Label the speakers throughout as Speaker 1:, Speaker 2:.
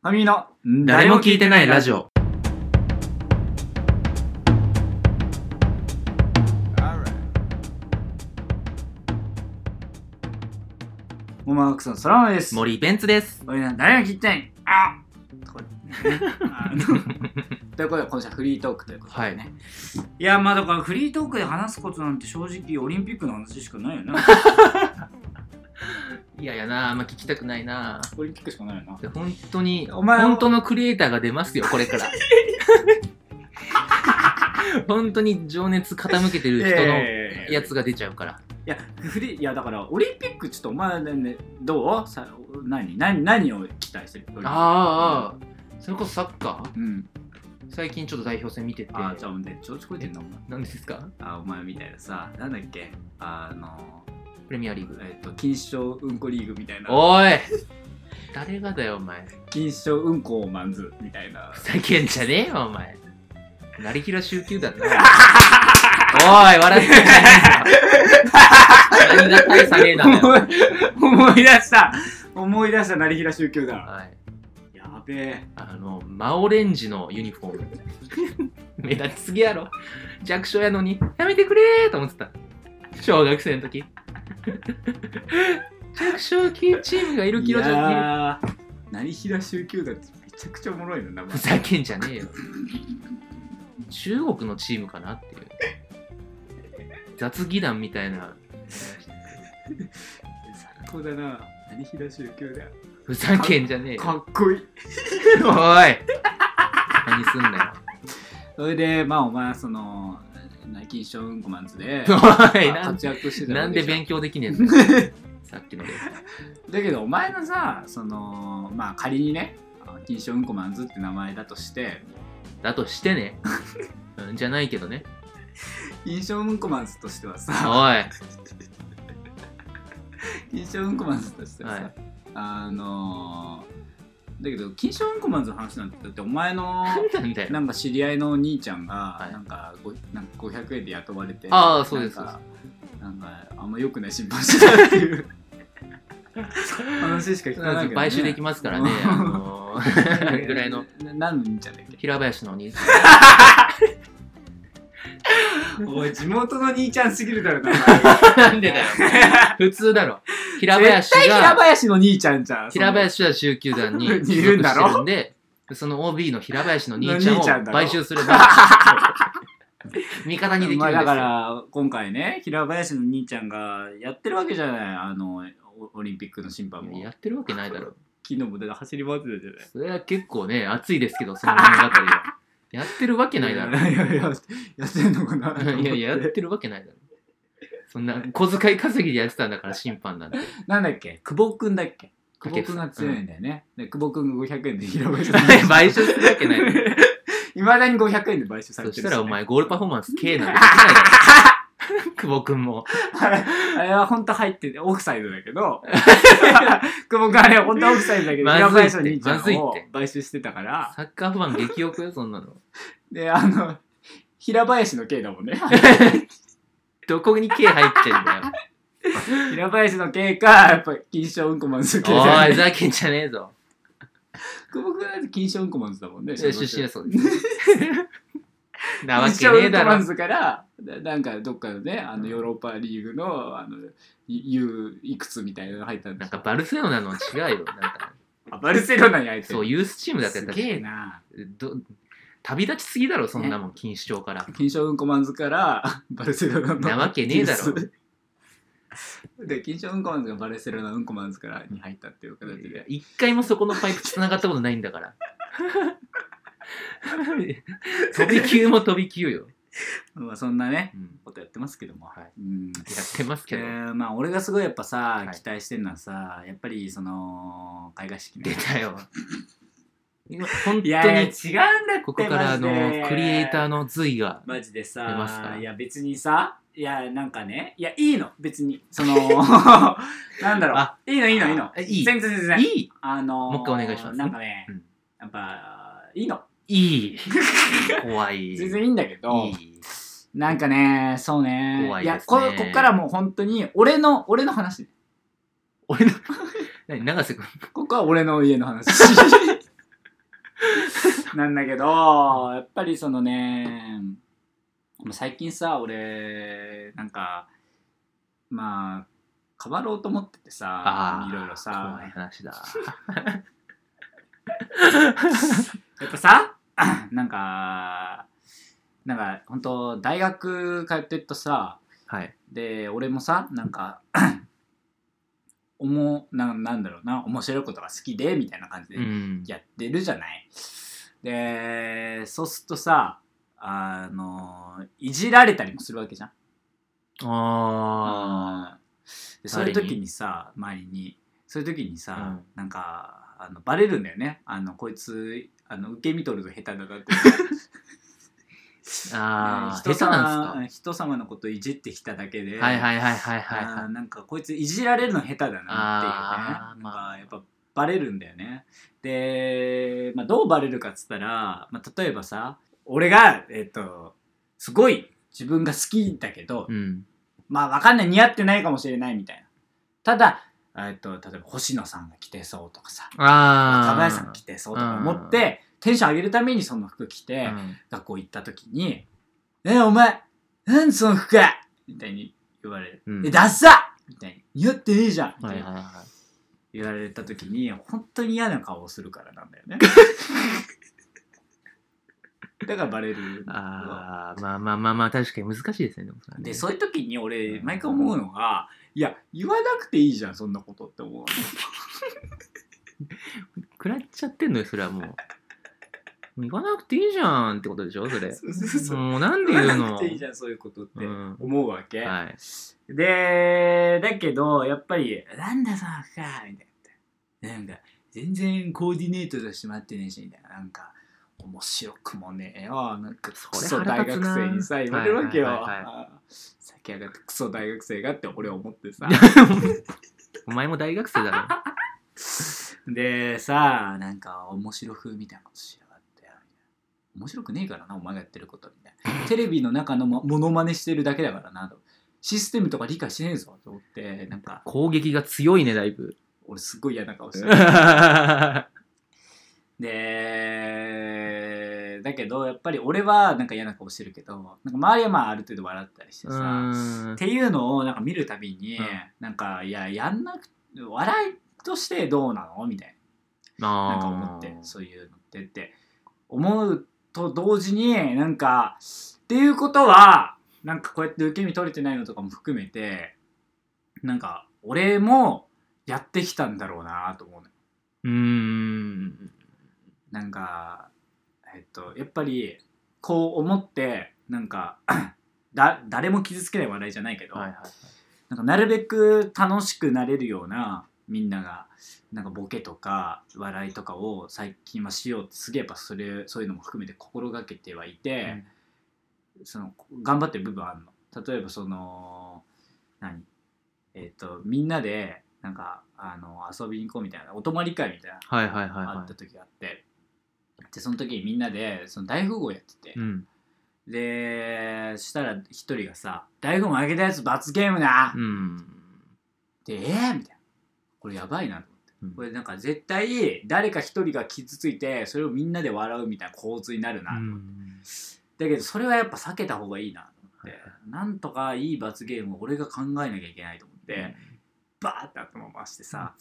Speaker 1: ファミの
Speaker 2: 誰も聞いてないラジオ。
Speaker 1: オ。モマワクソのソラマです。
Speaker 2: 森ベンツです。
Speaker 1: 俺ら誰も聞いてないあと こでねあのということで、今週はフリートークということでね。い、や、まあだからフリートークで話すことなんて正直オリンピックの話しかないよ な。
Speaker 2: いやいやな、あんま聞きたくないな。
Speaker 1: オリンピックしかないよな。
Speaker 2: 本当に、
Speaker 1: お前は
Speaker 2: 本当のクリエイターが出ますよ、こ れから。本当に情熱傾けてる人の
Speaker 1: いや
Speaker 2: やつが出ちゃうから。
Speaker 1: いやフリーいやだからオリンピックちょっとお前ねどうさ何何何を期待してる
Speaker 2: ああああ、それこそサッカー
Speaker 1: うん
Speaker 2: 最近ちょっと代表戦見てて。
Speaker 1: あじゃあね調子こいてんなお前
Speaker 2: 何ですか
Speaker 1: あお前みたいなさなんだっけあの
Speaker 2: プレミアリーグ。
Speaker 1: えっと錦糸町うんこリーグみたいな
Speaker 2: おい誰がだよ、お前。
Speaker 1: 錦糸町うんこをまんずみたいな
Speaker 2: ふざけんじゃねえよ、お前。なりきら集級だな。おい、笑ってんじゃねえよ。何が大差ね えだよ。
Speaker 1: 思い思い出した思い出した成平宗教だ
Speaker 2: はい。
Speaker 1: やべえ
Speaker 2: あの、真オレンジのユニフォーム。 目立ちすぎやろ。弱小やのに、やめてくれーと思ってた。小学生の時。 弱小チームがいる気持ち
Speaker 1: い
Speaker 2: だ
Speaker 1: やー成平宗教だってめちゃくちゃおもろいの名前
Speaker 2: ふざけんじゃねえよ。中国のチームかなっていう。雑技団みたいな。
Speaker 1: 最高だな成平宗教だ
Speaker 2: ふざけんじゃねえよ。
Speaker 1: かっこいい
Speaker 2: おい何すんだよ。
Speaker 1: それでまあお前はそのナイキンショウンコマンズで
Speaker 2: おい、
Speaker 1: まあ
Speaker 2: なん
Speaker 1: 活躍してた
Speaker 2: なんで
Speaker 1: 勉
Speaker 2: 勉強できねえんだ よ。さっきので。
Speaker 1: だけどお前のさそのまあ仮にねナイキンショウンコマンズって名前だとして
Speaker 2: だとして ね。うんじゃないけどね。
Speaker 1: ナイキンショウンコマンズとしては
Speaker 2: おい。
Speaker 1: さ
Speaker 2: は
Speaker 1: ナ
Speaker 2: い。
Speaker 1: イキンショウンコマンズとしてはさ、
Speaker 2: はい
Speaker 1: あのだけどナイキンショウンコマンズの話なんてだってお前 の
Speaker 2: なんだよ。
Speaker 1: なんか知り合いのお兄ちゃんが
Speaker 2: い
Speaker 1: なんか,、ごなんか500円で雇われて
Speaker 2: あーそうです
Speaker 1: なんかなんかあんまよくない心配してたっていう 話しか聞かないけど、ね、
Speaker 2: 買収できますからね。あの ーぐらいの。
Speaker 1: な何の兄ちゃんだっけ
Speaker 2: 平林の お兄さん。
Speaker 1: おい地元の兄ちゃんすぎるだろな
Speaker 2: なんでだよ。普通だろ。平林
Speaker 1: 絶対平
Speaker 2: が、
Speaker 1: 林の兄ちゃんじゃん
Speaker 2: 平林は中級団に
Speaker 1: いるんだろ
Speaker 2: 所属してるんで、その OB の平林の兄ちゃん
Speaker 1: の兄ちゃん
Speaker 2: を
Speaker 1: だろ
Speaker 2: 買収すれば、 味方
Speaker 1: そ
Speaker 2: に
Speaker 1: の
Speaker 2: できるん
Speaker 1: まあ
Speaker 2: です
Speaker 1: だ
Speaker 2: よ。
Speaker 1: から今回ね平林の兄ちゃんがやってるわけじゃないあのオオリンピックの審判も
Speaker 2: いやや
Speaker 1: 昨
Speaker 2: ってるわけないだろ。
Speaker 1: 日もだから走り回ってたじゃない
Speaker 2: それは結構ね、熱いですけど、その物語は。やってるわけないだろ。
Speaker 1: いやいやいや、やってんのかな。
Speaker 2: いやいや、やってるわけないだろ。そんな小遣い稼ぎでやってたん だから、審判なんて。
Speaker 1: なんだっけ、久保くんだっけ。久保くんが強いんだよね。で、久保くんが500円で広が
Speaker 2: 買収するわけないだろ。
Speaker 1: いまだに500円で買収され
Speaker 2: そ
Speaker 1: てる
Speaker 2: し
Speaker 1: んです
Speaker 2: た
Speaker 1: ね、
Speaker 2: らお前、ゴールパフォーマンス K なんてできないだ ろ。久保君も。
Speaker 1: あれは本当入っててオフサイドだけ ど久保君あれは本当はオフサイドだけど
Speaker 2: まずい
Speaker 1: 平
Speaker 2: って
Speaker 1: 林の兄ちゃ
Speaker 2: まずい
Speaker 1: ん
Speaker 2: っ
Speaker 1: を
Speaker 2: て
Speaker 1: 買収してたから
Speaker 2: サッカーファン激欲よ、そんな の。
Speaker 1: であの 平林の K だもんね
Speaker 2: どこに K 入ってんだよ。
Speaker 1: 平林の K かやっぱ金賞うんこマンズの K だ
Speaker 2: お
Speaker 1: よ
Speaker 2: い、ふ
Speaker 1: ね
Speaker 2: ざけんじゃねえぞ。
Speaker 1: 久保君だって金賞うんこマンズだもんね
Speaker 2: いや出身は
Speaker 1: そ
Speaker 2: そうです。なわ
Speaker 1: 金
Speaker 2: け
Speaker 1: 賞
Speaker 2: ね
Speaker 1: う
Speaker 2: え
Speaker 1: んこ
Speaker 2: だ
Speaker 1: マン
Speaker 2: ろ。
Speaker 1: ズからななんかどっかのねあのヨーロッパリーグのあのい U いくつみたいなの入ったんで
Speaker 2: なん
Speaker 1: す
Speaker 2: か
Speaker 1: よ
Speaker 2: バルセロナの違うよ。なんか、
Speaker 1: あバルセロナに入って
Speaker 2: そう、ユースチームだった
Speaker 1: す
Speaker 2: ら
Speaker 1: げえな
Speaker 2: ど旅立ちすぎだろそんなもん錦糸町から
Speaker 1: 金賞うんこマンズから バルセロナの
Speaker 2: なわけねえだろ
Speaker 1: で、金賞うんこマンズがバルセロナうんこマンズからに入ったっていう形で。
Speaker 2: 一回もそこのパイプつながったことないん だから飛び級も飛び級よ、
Speaker 1: まあ、そんなね、
Speaker 2: うん
Speaker 1: ことやってますけども。
Speaker 2: はい
Speaker 1: うん。
Speaker 2: やってます
Speaker 1: え
Speaker 2: けど、
Speaker 1: ー、まあ俺がすごいやっぱさ、
Speaker 2: はい
Speaker 1: 期待してるのはさやっぱりその開会式ね
Speaker 2: 出 たよ今本当
Speaker 1: いやいや違
Speaker 2: に
Speaker 1: うんだって
Speaker 2: ここからあのクリエイター
Speaker 1: の
Speaker 2: の髄が
Speaker 1: マジで
Speaker 2: 出ます
Speaker 1: さ
Speaker 2: か
Speaker 1: いや別にさいやなんかねいやいいの別にそ のなんだろ
Speaker 2: あ
Speaker 1: ういいのいいのいいの
Speaker 2: あいい
Speaker 1: 全然全然
Speaker 2: いい
Speaker 1: あのー
Speaker 2: もう一回お願いします
Speaker 1: なんかね、
Speaker 2: うん
Speaker 1: やっぱいいの
Speaker 2: いい怖い
Speaker 1: 全然いいんだけど
Speaker 2: いい
Speaker 1: なんかね、そうね。
Speaker 2: 怖い
Speaker 1: い
Speaker 2: です
Speaker 1: や
Speaker 2: ね
Speaker 1: こ、こっからもう本当に、俺の、俺の話ね。
Speaker 2: 俺の何永瀬君
Speaker 1: ここは俺の家の話。なんだけどやっぱりそのね最近さ俺なんかまあ変わろうと思っててさ
Speaker 2: ああ
Speaker 1: いろいろさ
Speaker 2: 怖い話だ
Speaker 1: やっぱさ なんかなんか本当大学通ってるとさ
Speaker 2: はい
Speaker 1: で俺もさなん かおもななんだろうな面白いことが好きでみたいな感じで
Speaker 2: うん
Speaker 1: やってるじゃない。でそうするとさあのいじられたりもするわけじゃん。
Speaker 2: あ
Speaker 1: でそういう時にさ周りにそういう時にさ、なんかあのバレるんだよねあのこいつあの受け身取るの下手だなって。
Speaker 2: ー あー
Speaker 1: 人
Speaker 2: 下手な
Speaker 1: 様
Speaker 2: んです
Speaker 1: 人様のこといじってきただけで、
Speaker 2: かはいはいはいはいはい
Speaker 1: あ
Speaker 2: は
Speaker 1: ーなんかこいついじられるの下手だな
Speaker 2: あ
Speaker 1: ってい
Speaker 2: ー
Speaker 1: うね
Speaker 2: ま
Speaker 1: なんかやっぱバレるんだよねで、まあ、どうバレるかっつったら、まあ、例えばさ俺がえっ、とすごい自分が好きだけど、
Speaker 2: いうん
Speaker 1: まあわかんない似合ってないかもしれないみたいなただえっと例えば星野さんが着てそうとかさ
Speaker 2: ああ
Speaker 1: 若林さんが着てそうとか思ってテンション上げるためにその服着て、学校行った時に「えお前何その服か!」みたいに言われる「
Speaker 2: うん
Speaker 1: えダッサみたいに「似合ってねえじゃん!」み
Speaker 2: は
Speaker 1: た
Speaker 2: い
Speaker 1: い
Speaker 2: はい
Speaker 1: な
Speaker 2: は
Speaker 1: 言われた時に本当に嫌な顔をするからなんだよ ねだからバレる
Speaker 2: いああまあまあまあまあ確かに難しいですねでもそれはね
Speaker 1: でそういう時に俺
Speaker 2: うん
Speaker 1: 毎回思うのがいや言わなくていいじゃんそんなことって思う
Speaker 2: 食らっちゃってんのよそれはもうもう行かなくていいじゃんってことでしょそれ
Speaker 1: そうそうそう
Speaker 2: もうなんで
Speaker 1: 言わ
Speaker 2: 言う
Speaker 1: な
Speaker 2: の
Speaker 1: くていいじゃんそういうことって
Speaker 2: うん
Speaker 1: 思うわけ、
Speaker 2: はい
Speaker 1: で、だけど、やっぱり、なんだその服か、みたいな。なんか、全然コーディネートとしてもらってねえし、みたいな。なんか、面白くもねえよ。なんか、クソ
Speaker 2: それ
Speaker 1: 大
Speaker 2: 腹立
Speaker 1: 学
Speaker 2: つな
Speaker 1: 生にさ、言われるわけよ。
Speaker 2: はいはいはい
Speaker 1: あー先上がってクソ大学生がって俺は思って さ。
Speaker 2: お前も大学生だ ろ
Speaker 1: で、さ、なんか、面白風みたいなことしやがって。みたいな面白くねえからな、お前がやってること、みたいな。テレビの中のもモノマネしてるだけだからな、と。システムとか理解してねえぞ、と思って、なんか、
Speaker 2: 攻撃が強いねだいぶ
Speaker 1: 俺すっごい嫌な顔してる。
Speaker 2: は
Speaker 1: でだけどやっぱり俺はなんか嫌な顔してるけどなんか周りはまあある程度笑ったりして
Speaker 2: い
Speaker 1: さ、っていうのをなんか見るたびに、
Speaker 2: うん
Speaker 1: なんかいややんなく笑いとしてどうなのみたいななんか思ってそういうのってって思うと同時になんかっていうことはなんかこうやって受け身取れてないのとかも含めてなんか俺もやってきたんだろうなと思うの
Speaker 2: うーん
Speaker 1: なんか、えっと、やっぱりこう思ってなんかだ誰も傷つけない話題じゃないけど、
Speaker 2: はいはいはい
Speaker 1: なんかなるべく楽しくなれるようなみんながなんかボケとか笑いとかを最近はしようってすげえやっぱそれそういうのも含めて心がけてはいて、その頑張ってる部分あるの。例えばその何えっとみんなでなんかあの遊びに行こうみたいなお泊まり会みたいな
Speaker 2: はいはいはい
Speaker 1: あっ
Speaker 2: は
Speaker 1: た時があってでその時にみんなでその大富豪やってて
Speaker 2: い、うん
Speaker 1: でそしたら一人がさ「大富豪負けたやつ罰ゲームな
Speaker 2: うん
Speaker 1: で「えーみたいなこれやばいなと思って
Speaker 2: うん
Speaker 1: これなんか絶対誰か一人が傷ついてそれをみんなで笑うみたいな構図になるな、
Speaker 2: うん
Speaker 1: だけどそれはやっぱ避けた方がいいなと思って、
Speaker 2: はいは
Speaker 1: なんとかいい罰ゲームを俺が考えなきゃいけないと思って。バーって頭回してさ、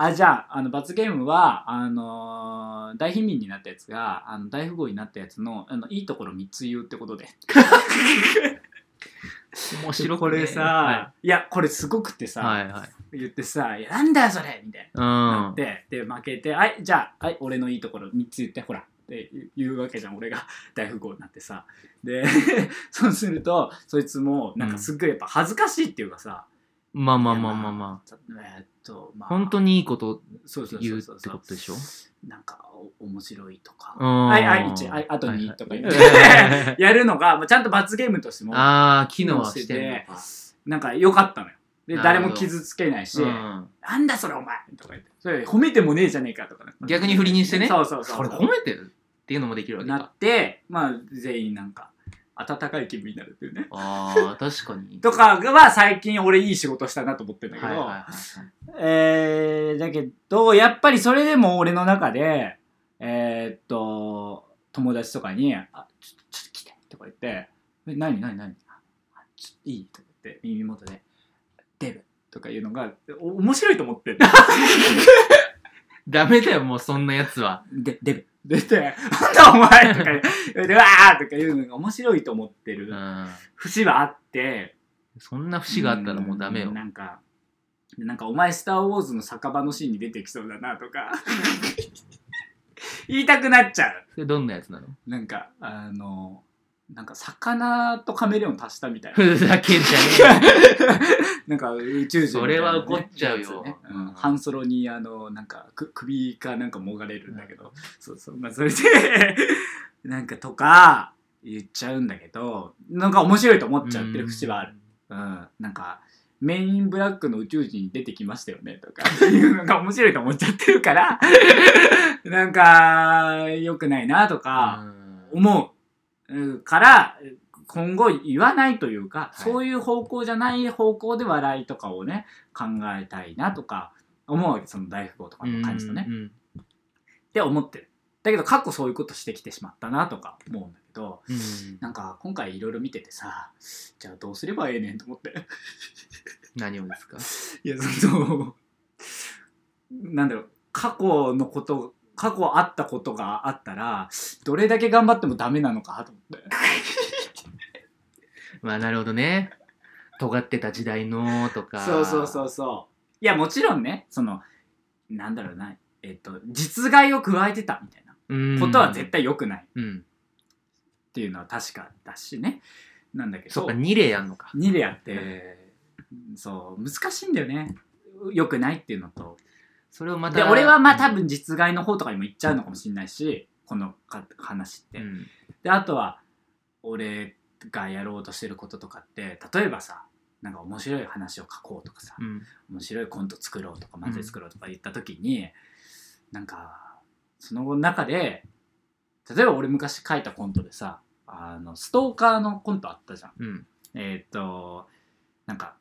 Speaker 1: あじゃああの罰ゲームはあのー大貧民になったやつがあの大富豪になったやつのあのいいところ3つ言うってことで
Speaker 2: 面白くね
Speaker 1: これさ、、
Speaker 2: はい
Speaker 1: やこれすごくってさ、
Speaker 2: はいはい
Speaker 1: 言ってさ「いやなんだよそれ!」みたいなな
Speaker 2: うん
Speaker 1: って、で負けて「はいじゃあ、はい、俺のいいところ3つ言ってほら」って言うわけじゃん俺が 大富豪になってさで そうするとそいつもなんかすっごいやっぱ恥ずかしいっていうかさ、
Speaker 2: まあまあまあまあま
Speaker 1: ちょえーっと
Speaker 2: あ
Speaker 1: まあ
Speaker 2: 本当にいいこと
Speaker 1: そうそう
Speaker 2: 言
Speaker 1: そううそ
Speaker 2: っ
Speaker 1: う
Speaker 2: てことでしょ
Speaker 1: なんかお面白いとか、は
Speaker 2: はい
Speaker 1: はい1はいあと2とか言って、
Speaker 2: はい
Speaker 1: やるのが、まあ、ちゃんと罰ゲームとしても
Speaker 2: ああ機能はしてるのか
Speaker 1: なんか良かったのよで
Speaker 2: なる
Speaker 1: 誰
Speaker 2: ほど
Speaker 1: も傷つけないし「
Speaker 2: うん
Speaker 1: なんだそれお前!」とか言ってそれ褒めてもねえじゃねえかとか
Speaker 2: 逆に振りにしてね
Speaker 1: そうそうそう
Speaker 2: これ褒めてるっていうのもできるわけ
Speaker 1: な
Speaker 2: か
Speaker 1: ってまあ全員なんか温かい気分になるっていうね
Speaker 2: ああ確 かに
Speaker 1: とかは最近俺いい仕事したなと思ってんだけど、
Speaker 2: はいはいはいはい
Speaker 1: えーだけどやっぱりそれでも俺の中でえーっと友達とかに「あちょちょっと来て」とか言って「え何何何ああちょいい?」とか言って耳元で「デブ」とか言うのがお面白いと思って
Speaker 2: ダメだよ、もうそんなやつは。
Speaker 1: でデブ出て「なんだお前」とか言うで「うわー」とか言うのが面白いと思って
Speaker 2: う
Speaker 1: る
Speaker 2: ん。
Speaker 1: 節はあって
Speaker 2: そんな節があったらもうダメよ
Speaker 1: ん。なんかなんかお前「スター・ウォーズ」の酒場のシーンに出てきそうだなとか 言いたくなっちゃう
Speaker 2: それどんなやつなの
Speaker 1: なんかあのなんか魚とカメレオン足したみ たいな
Speaker 2: ふざけんじゃね
Speaker 1: なんか宇宙人
Speaker 2: そ
Speaker 1: みたい
Speaker 2: れ
Speaker 1: な
Speaker 2: は
Speaker 1: ね
Speaker 2: 怒っちゃう
Speaker 1: や
Speaker 2: よ
Speaker 1: つねうんハンソロにあのなんかく首かなんかもがれるんだけど、そうそうまあそれでなんかとか言っちゃうんだけどなんか面白いと 思っ
Speaker 2: え。
Speaker 1: ちゃってる節はある、。うん、なんかメインブラックの宇宙人に出てきましたよねとか いうのが面白いと思っちゃってるから なんか良くないなとか、
Speaker 2: うん。
Speaker 1: 思ううんから今後言わないというか、
Speaker 2: い
Speaker 1: そういう方向じゃない方向で笑いとかをね考えたいなとか思うわけその大富豪とかの感じとね、
Speaker 2: う
Speaker 1: っ
Speaker 2: んうん
Speaker 1: て思ってるだけど過去そういうことしてきてしまったなとか思うんだけど
Speaker 2: うん。
Speaker 1: なんか今回いろいろ見ててさじゃあどうすればええねんと思って
Speaker 2: 何をですか
Speaker 1: いやそのなんだろう過去のこと過去あったことがあったらどれだけ頑張ってもダメなのかと思って
Speaker 2: まあなるほどね。尖ってた時代のとか。
Speaker 1: そうそうそうそういやもちろんねそのなんだろうなえっと実害を加えてたみたいな
Speaker 2: うん。
Speaker 1: ことは絶対良くないっ
Speaker 2: うん。
Speaker 1: ていうのは確かだしねなんだけ
Speaker 2: そっ
Speaker 1: ど
Speaker 2: か、2例やんのか。
Speaker 1: 2でやってそう難しいんだよね良くないっていうのと
Speaker 2: それをまた。
Speaker 1: で俺はまあ多
Speaker 2: っ
Speaker 1: 分実害の方とかにも行っちゃうのかもしれないしこのか話って、
Speaker 2: うん。
Speaker 1: であとは俺がやろうとしてることとかって例えばさなんか面白い話を書こうとかさ、
Speaker 2: うん
Speaker 1: 面白いコント作ろうとか漫才作ろうとか言った時に、なんかその中で例えば俺昔書いたコントでさあのストーカーのコントあったじゃん。
Speaker 2: うん。
Speaker 1: えっ、となんか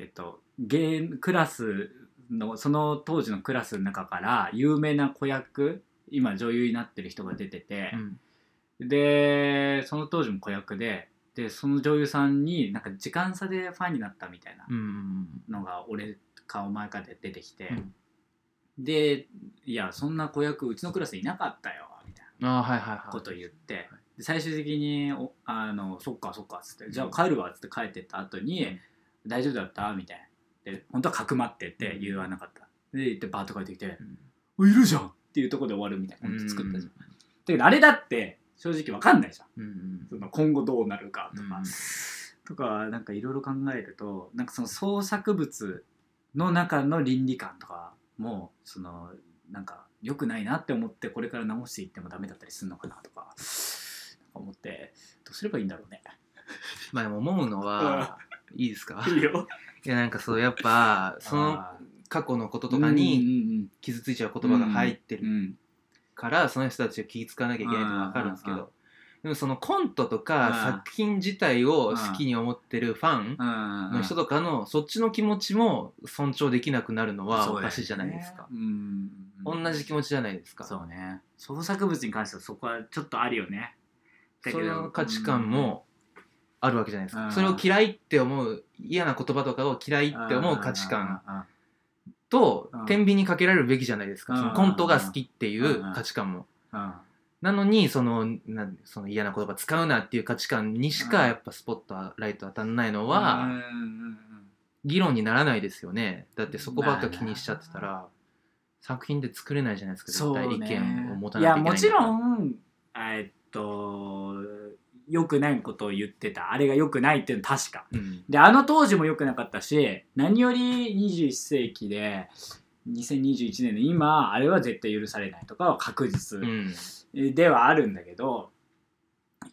Speaker 1: えっ、とゲームクラスのその当時のクラスの中から有名な子役今女優になってる人が出てて
Speaker 2: う、ん。
Speaker 1: でその当時も子役ででその女優さんになんか時間差でファンになったみたいな
Speaker 2: うん。
Speaker 1: のが俺かお前かで出てきて、
Speaker 2: うん
Speaker 1: で「いやそんな子役うちのクラスいなかったよ」みたい
Speaker 2: ああ、はいはい
Speaker 1: な
Speaker 2: は。
Speaker 1: いこと言って、で最終的におあの「そっかそっか」っつって「じゃあ帰るわ」っつって帰ってった後に「大丈夫だった?」みたいなで本当はかくまってって言わなかったで言ってバーッと帰ってきて
Speaker 2: う
Speaker 1: 「お
Speaker 2: ん
Speaker 1: いるじゃん!」っていうところで終わるみたいなこと作ったじゃん、だけどあれだって正直わかんないじゃん
Speaker 2: うんうん
Speaker 1: その今後どうなるかとか、
Speaker 2: うん
Speaker 1: とかなんかいろいろ考えるとなんかその創作物の中の倫理観とかもそのなんか良くないなって思ってこれから直していってもダメだったりするのかなとかなんか思ってどうすればいいんだろうね。
Speaker 2: まあでも思うのは、いいですか
Speaker 1: いいよ
Speaker 2: いやなんかそうやっぱその
Speaker 1: あー
Speaker 2: 過去のこととかに
Speaker 1: うん
Speaker 2: 傷ついちゃう言葉が入って
Speaker 1: うんう
Speaker 2: る
Speaker 1: ん
Speaker 2: からその人たちが気使わなきゃいけないのは分かるんですけ
Speaker 1: うんうん
Speaker 2: どでもそのコントと
Speaker 1: うん
Speaker 2: か作品自体を好きに思ってるファン
Speaker 1: うんうん
Speaker 2: の人とかのそっちの気持ちも尊重できなくなるのは
Speaker 1: そう
Speaker 2: お
Speaker 1: だよね
Speaker 2: かしいじゃないですか。
Speaker 1: うん
Speaker 2: 同じ気持ちじゃないですか。
Speaker 1: そうね創作物に関してはそこはちょっとあるよね。だけ
Speaker 2: そ
Speaker 1: ど
Speaker 2: の価値観もあるわけじゃないです
Speaker 1: う
Speaker 2: か。
Speaker 1: ん
Speaker 2: それを嫌いって思う嫌な言葉とかを嫌いって思う価値観
Speaker 1: うんうんうんうん
Speaker 2: と
Speaker 1: うん
Speaker 2: 天秤にかけられるべきじゃないですか、
Speaker 1: うん
Speaker 2: そのコントが好きってい
Speaker 1: んうん
Speaker 2: う価値観も、
Speaker 1: うん
Speaker 2: なのにそのなんその嫌な言葉使うなっていう価値観にし
Speaker 1: う
Speaker 2: か
Speaker 1: ん
Speaker 2: やっぱスポットライト当たんないの
Speaker 1: うんうん
Speaker 2: は
Speaker 1: うん
Speaker 2: 議論にならないですよねだってそこばっか気にしちゃってたら作品で作れないじゃないですか絶対意見を持たなきゃいけない
Speaker 1: やもちろ
Speaker 2: ん
Speaker 1: んえっと良くないことを言ってたあれが良くないっていうのは確か
Speaker 2: うん
Speaker 1: であの当時も良くなかったし何より21世紀で2021年の今あれは絶対許されないとかは確実
Speaker 2: うん
Speaker 1: ではあるんだけど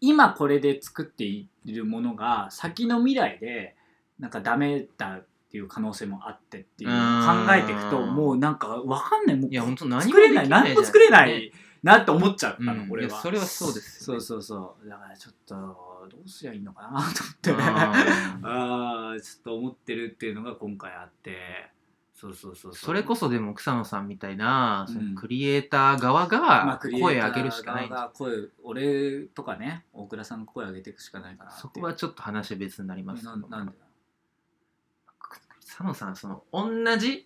Speaker 1: 今これで作っているものが先の未来でなんかダメだっていう可能性もあってっていうのを考えていくと
Speaker 2: うん
Speaker 1: もうなんかわかんないもう
Speaker 2: いや本当何も
Speaker 1: 作れない
Speaker 2: でき
Speaker 1: 何
Speaker 2: じゃ
Speaker 1: も作れないなって思っちゃった
Speaker 2: う
Speaker 1: の、
Speaker 2: ん
Speaker 1: 俺
Speaker 2: いや
Speaker 1: は
Speaker 2: それはそうです
Speaker 1: そ
Speaker 2: よ
Speaker 1: う
Speaker 2: ね
Speaker 1: そうそうだからちょっとどうすりゃいいのかなと思って
Speaker 2: うん
Speaker 1: ああーちょっと思ってるっていうのが今回あってそうそうそう
Speaker 2: それこそでも草野さんみたいな、
Speaker 1: うん
Speaker 2: そのクリエイター
Speaker 1: ま
Speaker 2: 側
Speaker 1: あ
Speaker 2: が
Speaker 1: クリエイター
Speaker 2: 声上げるしかない、
Speaker 1: 側が声俺とかね大倉さんの声上げていくしかないから
Speaker 2: そこはちょっと話別になりますけど
Speaker 1: ななんで
Speaker 2: 草野さんその同じ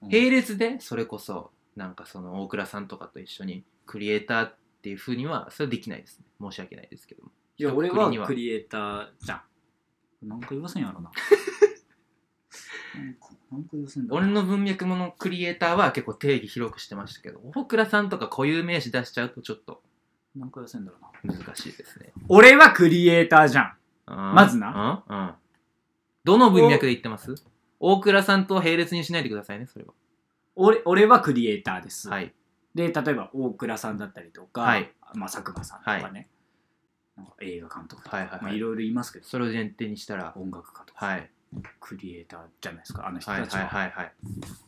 Speaker 1: うん
Speaker 2: 並列でそれこそなんかその大倉さんとかと一緒にクリエイターっていうふうにはそれはできないですね申し訳ないですけども
Speaker 1: いや
Speaker 2: 一括
Speaker 1: 俺
Speaker 2: りには
Speaker 1: はクリエイターじゃんなんか言わせんやろななんかなんか言わせんだろ
Speaker 2: 俺の文脈ものクリエイターは結構定義広くしてましたけど大倉さんとか固有名詞出しちゃうとちょっと
Speaker 1: なんか言わせんだろな
Speaker 2: 難しいですね
Speaker 1: 俺はクリエイターじゃん
Speaker 2: ま
Speaker 1: まずな
Speaker 2: うん、うん、どの文脈で言ってます大倉さんと並列にしないでくださいねそれは
Speaker 1: 俺俺はクリエイターです、
Speaker 2: はい
Speaker 1: で例えば大倉さんだったりとか、
Speaker 2: はい
Speaker 1: まあ、佐久間さんとかね、なんか映画監督とか、
Speaker 2: はいはいはい
Speaker 1: まあ、いろいろ言いますけど
Speaker 2: それを前提にしたら
Speaker 1: 音楽家とか、
Speaker 2: はい
Speaker 1: クリエイターじゃないですかあの人
Speaker 2: はい
Speaker 1: た
Speaker 2: はい
Speaker 1: ちは,、
Speaker 2: はいはい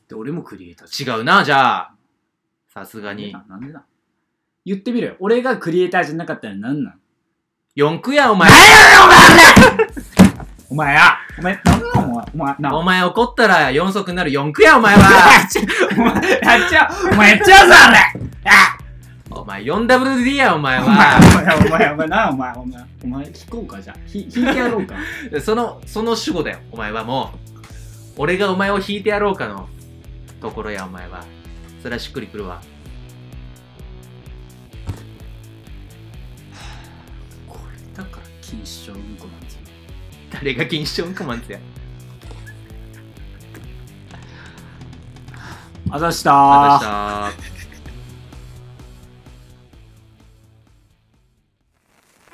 Speaker 1: で俺もクリエイター
Speaker 2: 違うなじゃあさす
Speaker 1: な
Speaker 2: が
Speaker 1: んで
Speaker 2: に
Speaker 1: だなんでだ言ってみろよ俺がクリエイターじゃなかったら何なん
Speaker 2: 四区やお前
Speaker 1: お前やお前何なんお前お前な
Speaker 2: お前怒ったら四足になる四区やお前は
Speaker 1: お前やっちゃうお前やっちゃうぞ俺あ
Speaker 2: お前 4WD やお前
Speaker 1: お
Speaker 2: は
Speaker 1: 前お前お前お前なお前お前お前聞こうかじゃあひ引いてやろうか
Speaker 2: そのその主語だよお前はもう俺がお前を引いてやろうかのところやお前はそれはしっくりくるわ
Speaker 1: これだから禁止症うんこなんですよ
Speaker 2: 誰が禁止音コマンツや
Speaker 1: あざした
Speaker 2: あたし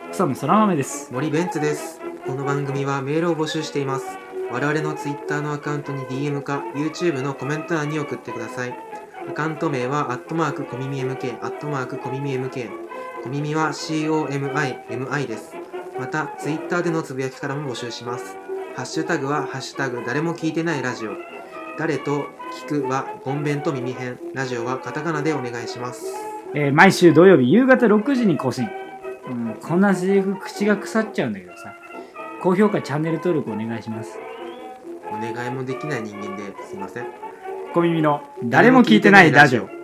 Speaker 2: た
Speaker 1: 草野そら豆です
Speaker 3: 森ベンツですこの番組はメールを募集しています我々の Twitter のアカウントに DM か YouTube のコメント欄に送ってくださいアカウント名はアットマークコミミ MK アットマークコミミ MK コミミは COMIMI ですまた Twitter でのつぶやきからも募集しますハッシュタグはハッシュタグ誰も聞いてないラジオ誰と聞くはゴンベンと耳編ラジオはカタカナでお願いします
Speaker 1: えー毎週土曜日夕方6時に更新、うん、こんなセリフ口が腐っちゃうんだけどさ高評価チャンネル登録お願いします
Speaker 3: お願いもできない人間ですいません
Speaker 1: 小耳の誰も聞いてないラジオ